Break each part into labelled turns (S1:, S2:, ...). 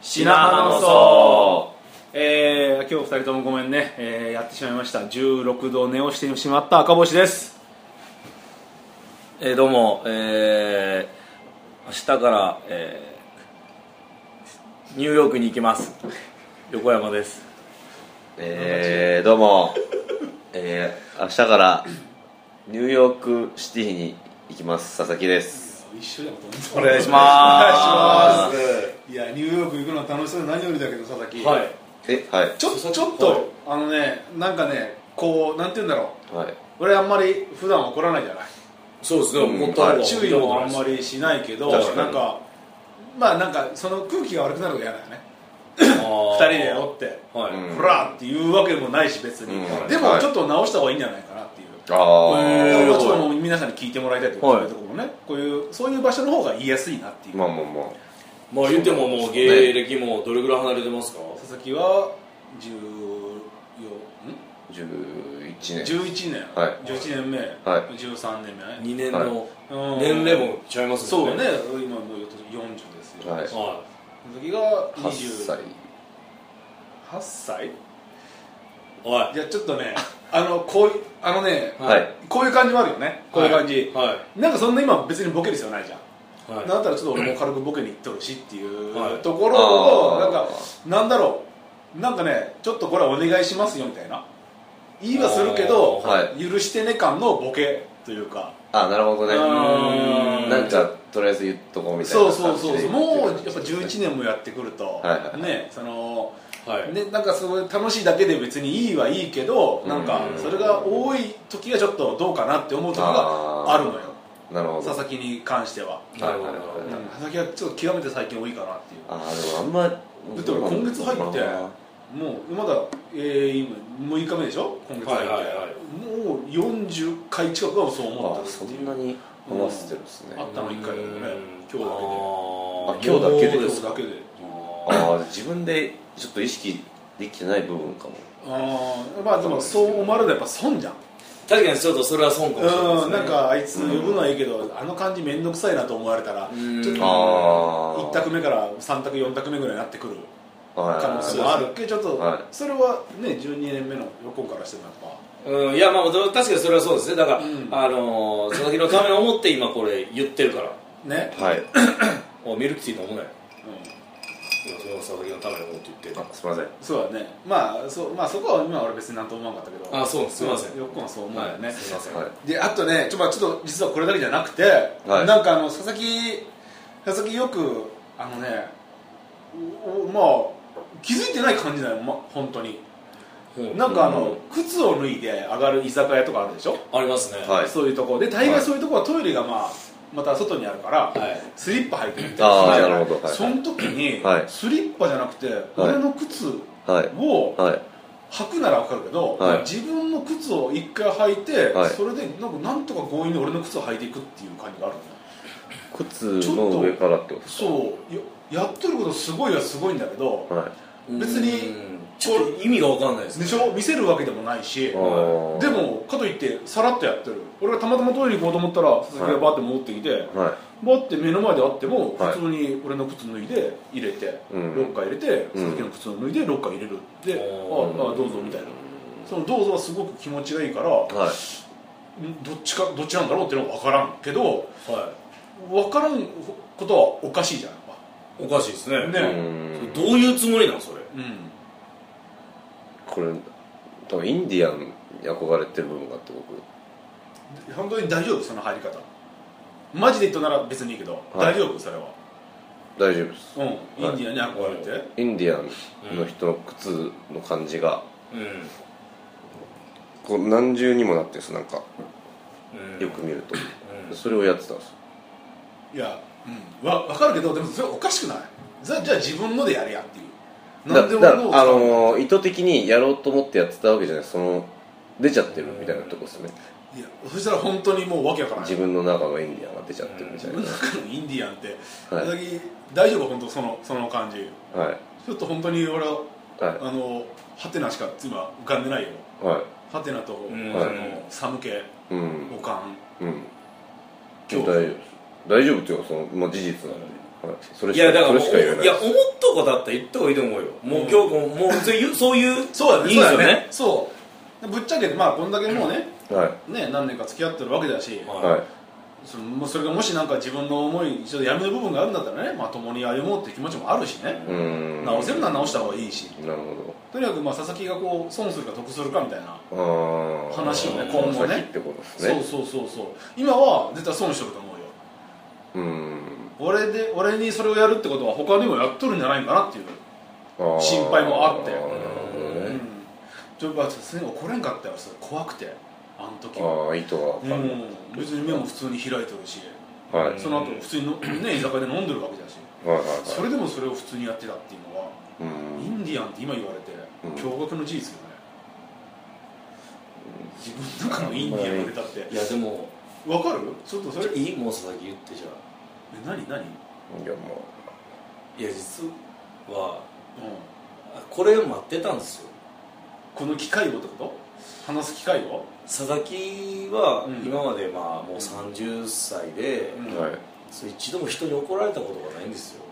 S1: 品花の層えー、今日二人ともごめんね、えー、やってしまいました16度寝をしてしまった赤星です
S2: えーどうも、えー明日から、えーニューヨークに行きます横山です
S3: えー、どうも、えー、明日からニューヨークシティに行きます佐々木です
S4: 一緒じゃんほとんど
S2: お願いしま
S4: お願いしますいやニューヨーク行くのは楽しそうで何よりだけど佐々木、
S1: はい
S3: えはい
S4: ちょっとちょっと、あのねなんかねこうなんて言うんだろ
S3: はいう
S4: 俺あんまり普段怒らないじゃない
S2: そうですね、
S3: うん
S2: 怒った方が
S3: はい
S4: 注意もあんまりしないけど
S3: 確かに
S4: なんかまあなんかその空気が悪くなるのが嫌だよね
S2: 2
S4: 二人でよって
S2: はい、
S3: うん
S4: ほらっていうわけでもないし別に、
S3: うん
S4: で
S3: は
S4: も
S3: い
S4: ちょっと直した方がいいんじゃないかなっていう、
S3: ああ、
S2: え
S4: だ
S2: ー
S4: からちょっともう皆さんに聞いてもらいたいとこ
S2: はい
S4: そういうところもねこういうそういう場所の方が言いやすいなっていう、
S3: まあまあまあ
S2: まあ言ってももう芸歴もどれぐらい離れてますか
S4: 佐々木は14ん
S3: 11年
S4: 11年、
S3: はい
S4: 11年目、
S3: はい
S4: 13年目
S2: 2年の
S4: うん
S2: 年齢もちゃいます
S4: そ
S2: も
S4: うんね今もう40ですよ、
S3: はい
S2: は
S4: その時が
S3: 8
S4: 20
S3: 歳
S4: 8歳
S2: いはい
S4: やちょっとねあのこういあのね、
S3: はい、
S4: こういう感じもあるよねこういう感じ、
S2: は
S4: なんかそんな今別にボケる必要ないじゃん、
S2: いはい
S4: なんだったらちょっと俺も軽くボケにいっとるしっていう
S2: はい
S4: ところを
S3: あ
S4: なん
S3: ー
S4: かなんだろうなんかねちょっとこれはお願いしますよみたいな言いはするけど、
S3: は
S4: 許してね感のボケというか
S3: あなるほどね
S4: うん
S3: なんかとりあえず言っとこうみたい
S4: そ
S3: な
S4: うそう
S3: 感じ
S4: そう
S3: で
S4: そ
S3: 言
S4: うもうや
S3: っ
S4: ってぱ
S3: るってことです
S4: 11
S3: ね
S4: 年もやってくると、
S3: はいはいはい
S4: ねその、
S2: はい
S4: ねなんかすごい楽しいだけで別にいいはいいけどなんか
S3: うん
S4: それが多い時はちょっとどうかなって思う時があるのよ
S3: なるほど
S4: 佐々木に関しては、
S3: はいはいはい
S4: うん佐々木はちょっと極めて最近多いかなっていう
S3: ああでもあんまだ
S4: だって俺今月入ってもうまだ、えー今6日目でしょ今月入って、
S2: はいはいは
S4: もう40回近くはそう思った
S3: あ
S4: んです
S3: そ
S4: ってい
S3: ん
S4: う
S3: なに話してるんですね、
S4: あったの1回だもんね今日だ
S2: 日
S3: あ今日だけで
S4: けで今
S2: で
S4: 日
S2: す
S4: だ
S2: か
S4: けで
S3: ああ自分でちょっと意識できてない部分かも
S4: あーまあでもそう思われるとやっぱ損じゃん
S2: 確かにちょっとそれは損かもしれないです
S4: う
S2: ね
S4: ん、なんかあいつ呼ぶのはいいけど、あの感じ面倒くさいなと思われたら、
S2: うん
S4: ちょっ
S3: あ
S4: と
S3: ー
S4: 1択目から3択4択目ぐらいになってくる可能性
S3: は
S4: もあるけどちょっと、
S3: はい
S4: それはね12年目の横からしてもやっぱ
S2: うん、いやまあ確かにそれはそうですねだから、
S4: うん
S2: あのー佐々木のためを思って今これ言ってるから
S4: ね、
S3: い、はい、
S2: おミルクティー飲むね
S4: うん
S2: 今それは佐々木のためを思って言ってる
S3: あすみません
S4: そうだねまあそうまあそこは今俺別になんとも思わなかったけど
S2: あそうですすいません
S4: 横はそう思うんだよね、
S2: はいすいません
S3: はい
S4: であとねちょ,、まあ、ちょっと実はこれだけじゃなくて、
S3: はい
S4: なんかあの佐々木佐々木よくあのねおおまあ気づいてない感じだよ、ま、本当に
S2: うん
S4: なんかあの、靴を脱いで上がる居酒屋とかあるでしょ、
S2: ありますね
S3: はい
S4: そういうとこで大概そういうとこはトイレがまあまた外にあるから、
S2: はい
S4: スリッパ履いてるみたい
S3: あー
S4: じゃい
S3: なるほどはい
S4: その時に、
S3: はい
S4: スリッパじゃなくて、俺の靴
S3: はい
S4: を
S3: はい
S4: 履くなら分かるけど、
S3: はい
S4: 自分の靴を一回履いて、
S3: はい
S4: それでなんかなんとか強引に俺の靴を履いていくっていう感じがあるのね
S3: 靴の上からってことですか
S4: そうよやってることすごいはすごいんだけど
S3: はい
S4: 別に
S2: うんちょっと意味が分かんないですね
S4: でしょ見せるわけでもないし、
S3: あー
S4: でもかといってさらっとやってる俺がたまたまトイレに行こうと思ったら佐々木がバーって戻ってきて、
S3: は
S4: バーって目の前であっても
S3: はい
S4: 普通に俺の靴脱いで入れて、
S3: うん
S4: ロッカー入れて
S3: うん
S4: 佐々木の靴を脱いでロッカー入れるで、
S2: お
S4: ああどうぞみたいなその「どうぞ」はすごく気持ちがいいから
S3: いはい
S4: んどっちかどっちなんだろうっていうのは分からんけど
S2: は
S4: 分からんことはおかしいじゃんやっ
S2: いおかしいですね
S4: ぱ
S3: う
S4: ね
S3: ーん
S2: どういうつもりなんそれ
S4: うん、
S3: これ多分インディアンに憧れてる部分があって僕
S4: 本当に大丈夫その入り方マジで言ったなら別にいいけど、
S3: はい
S4: 大丈夫それは
S3: 大丈夫です
S4: うん、インディアンに憧れて、
S3: インディアンの人の靴の感じが
S2: うん
S3: こう何重にもなってるんですなんか
S2: うん
S3: よく見ると
S2: うん
S3: それをやってたんです
S4: いや、うん、わ分かるけどでもそれおかしくないじゃじゃあ自分のでやれやっていう
S3: だ
S4: 何
S3: だ
S4: で
S3: か
S4: も
S3: ら
S4: 脳を
S3: あ
S4: 使う
S3: のー意図的にやろうと思ってやってたわけじゃないその出ちゃってるみたいなとこですよね
S4: いやそしたら本当にもうわけわからない
S3: 自分の中のインディアンが出ちゃってるみたい
S4: 自分の中のインディアンって、
S3: はい
S4: 佐々木大丈夫本当そのその感じ
S3: なはい
S4: ちょっと本当に俺は
S3: は
S4: あのハテナしか今浮かんでないよ
S3: いは
S4: ハテナと、
S2: ん
S4: あの寒気
S3: いうん
S4: 五感
S3: うん大丈
S4: 今日
S3: 夫です大丈夫っていうかその、まあ、事実なんでそれ
S2: い
S3: しか
S2: やだからもう
S3: それしか言えない
S2: いや思っとこだったら言った方がいいと思うよもう今日、もうそういうそういう
S4: そうだね
S2: いいですよね
S4: そうぶっちゃけまあこんだけもうね,、
S3: はい
S4: ね何年か付き合ってるわけだし、
S2: まあ
S3: はい
S4: そのもうそれがもしなんか自分の思い一度闇の部分があるんだったらね、まあ、共に歩もうって気持ちもあるしね、
S3: うーん
S4: 直せるなら直した方がいいし
S3: なるほ
S4: とにかくまあ佐々木がこう損するか得するかみたいな、
S3: どあー
S4: 話
S2: をね
S4: 今後ね
S3: この先ってことです
S4: そう
S3: ね
S4: そうそうそう今は絶対損してると思うよ
S3: うーん
S4: 俺で俺にそれをやるってことは他にもやっとるんじゃないかなっていう、
S3: あー
S4: 心配もあって
S3: なるほど
S4: うん
S3: ね、
S4: ちょっとさすがに怒れんかったよそれ怖くてあの時は
S3: ああ意図は分かんない
S4: うん別に目も普通に開いてるし
S3: はい
S2: ん
S4: その後普通にの、ね、居酒屋で飲んでるわけだし
S3: はいはいはい
S4: それでもそれを普通にやってたっていうのは
S3: うーん
S4: インディアンって今言われて
S3: うん
S4: 驚愕の事実よね自分の中のインディアンが出たって
S2: いやでも
S4: わかるちょっとそれえ
S2: いいもう佐々木言ってじゃあ
S4: 何何うん
S3: いやも
S2: いや実はあこれ待ってたんですよ
S4: この機会をってこと話す機会を
S2: 佐々木は
S4: うん
S2: 今までまあもう30歳で、
S4: うん
S3: うはい
S2: そう一度も人に怒られたことがないんですよ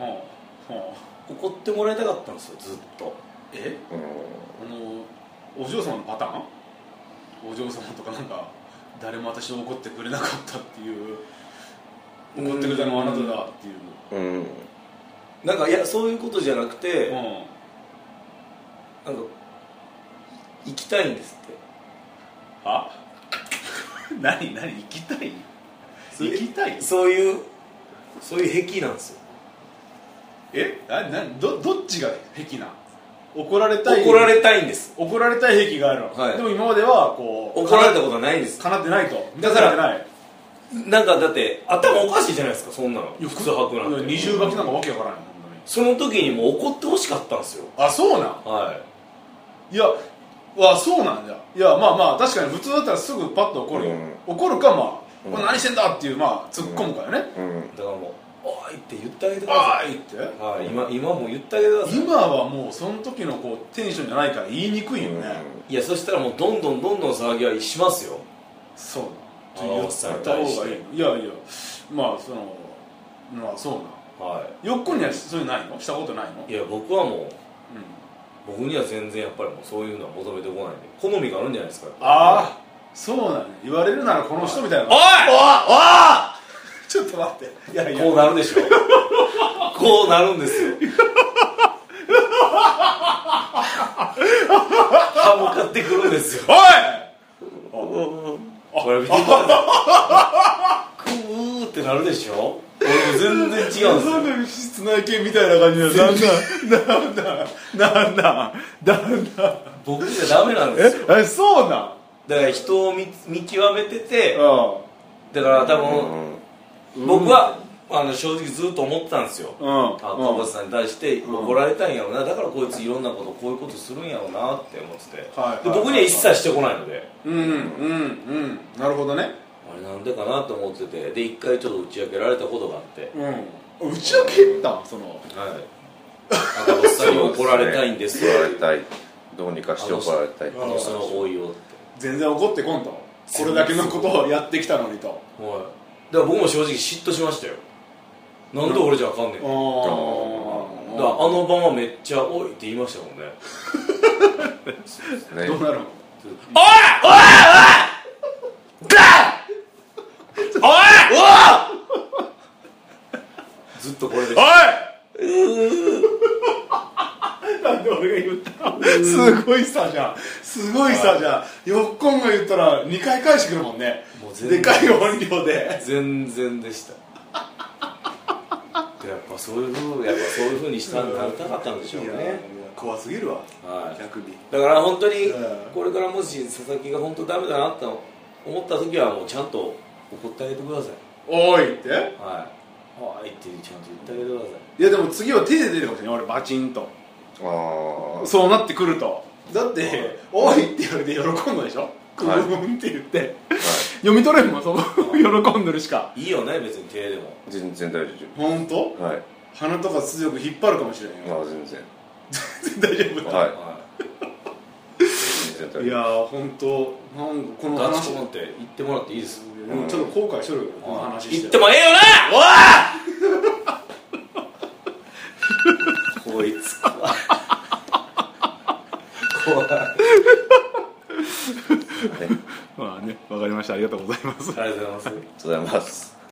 S4: うんうん
S2: 怒ってもらいたかったんですよずっと
S4: え
S3: うーん
S4: あのお嬢様のパターンお嬢様とかなんか誰も私を怒ってくれなかったっていう怒ってくれたのはあなただっていう
S3: うん
S2: なんかいやそういうことじゃなくて、
S4: うん
S2: なんか行きたいんですって
S4: あ何何行きたい行きたい
S2: そういうそういう癖なんですよ
S4: えあなどどっちが癖な怒られたい
S2: 怒られたいんです
S4: 怒られたい癖があるの、
S2: はい
S4: でも今まではこう
S2: 怒られたことはないんです
S4: かなってないと
S2: だから
S4: 満たされてない
S2: なんかだって頭おかしいじゃないですかそんなの靴履くなんて
S4: 二重履きなんかわけわからないもん本当に
S2: その時にもう怒ってほしかったんですよ
S4: あそうなん
S2: はい
S4: やわそうなんだいやまあまあ確かに普通だったらすぐパッと怒るよ、
S3: うん
S4: 怒るかまあ、
S3: うん
S4: これ何してんだっていうまあ突っ込むからね、
S3: うん
S2: いだからもう「おーい」って言ってあげてくだ
S4: あ
S2: さ
S4: あいって
S2: い、はい、今今もう言ってあげてください
S4: 今はもうその時のこうテンションじゃないから言いにくいよね、
S2: いやそしたらもうどんどんどんどん騒ぎはしますよ
S4: そう
S2: あ
S4: な
S2: ー
S4: の言った方がいいのいやいやまあそのまあそうな
S2: は
S4: よっこにはそういうのないのしたことないの
S2: いいや僕はもう
S4: うん
S2: 僕には全然やっぱりもうそういうのは求めてこないんで好みがあるんじゃないですか
S4: ああそうなの言われるならこの人みたいな
S2: おい
S4: ちょっと待っていやいや
S2: こうなるでしょこうなるんですよ歯向かってくるんですよこれ見てくださいクーってなるでしょ俺も全然違うんですよ
S4: なんだ室内犬みたいな感じでなんだなんだなんだなんだ
S2: 僕じゃダメなんですよ
S4: ええそうなん
S2: だから人を見見極めてて
S4: うん
S2: だから多
S3: う
S2: 分
S3: ん
S2: 僕はあの正直ずっと思ってたんですよ
S4: うん
S2: あ川端
S4: は
S2: さんに対して怒られたんやろうなだからこいついろんなことこういうことするんやろうなって思ってて
S4: い
S2: で僕には一切してこないので
S4: うんうんうんなるほどね
S2: あれなんでかなと思っててで一回ちょっと打ち明けられたことがあって
S4: うん打ち明けったその
S2: はい赤星さんに怒られたいんですよ
S3: 怒られたいどうにかして怒られたい
S2: あの人の多いよって
S4: 全然怒ってこんとこれだけのことをやってきたのにと
S2: はいだから僕も正直嫉妬しましたよなんで俺じゃあかんねんだ
S4: あ
S2: か
S4: ー
S2: らあの晩はめっちゃ「おい」って言いましたもんね
S3: ね
S4: どうな
S2: おいおい
S4: るの
S2: おいだおいずっとこれで
S4: なんで俺が言ったすごいさじゃんすごいさじゃんよっこんが言ったら2回返してくるもんね
S2: もう全然
S4: でかい音量で
S2: 全然でしたやっぱそういうふうやっぱそういうふうにしたなりたかったんでしょう
S4: いやいや
S2: ね
S4: 怖すぎるわ
S2: はい
S4: 逆に
S2: だから本当に
S4: うん
S2: これからもし佐々木が本当ダメだなって思った時はもうちゃんと怒ってあげてください
S4: おいって
S2: はいはいってちゃんと言ってあげてください
S4: いやでも次は手で出てほしいね俺バチンと
S3: ああ
S4: そうなってくるとだっ
S2: は
S4: て
S2: い
S4: 「おい!」って言われて喜んだでしょ「く
S3: はい
S4: ん」って言って読み取れんもんそこ喜んでるしか
S2: いいよね別に手でも
S3: 全然大丈
S4: 本当
S3: 夫はい
S4: 鼻とか強く引っ張るかもしれん
S3: ま
S4: よ
S3: あ全然
S4: 大丈夫
S3: はい
S2: い
S3: 全然大丈夫
S4: いやー本当なんかこの
S2: ガチ
S4: 話
S2: コンって言ってもらっていいです
S4: うんちょっと後悔しとるよこの話して
S2: 言ってもええよなおい こいつ怖い怖い
S3: まあねわかりましたありがとうございます
S4: ありがとうございます
S2: ありがとうございます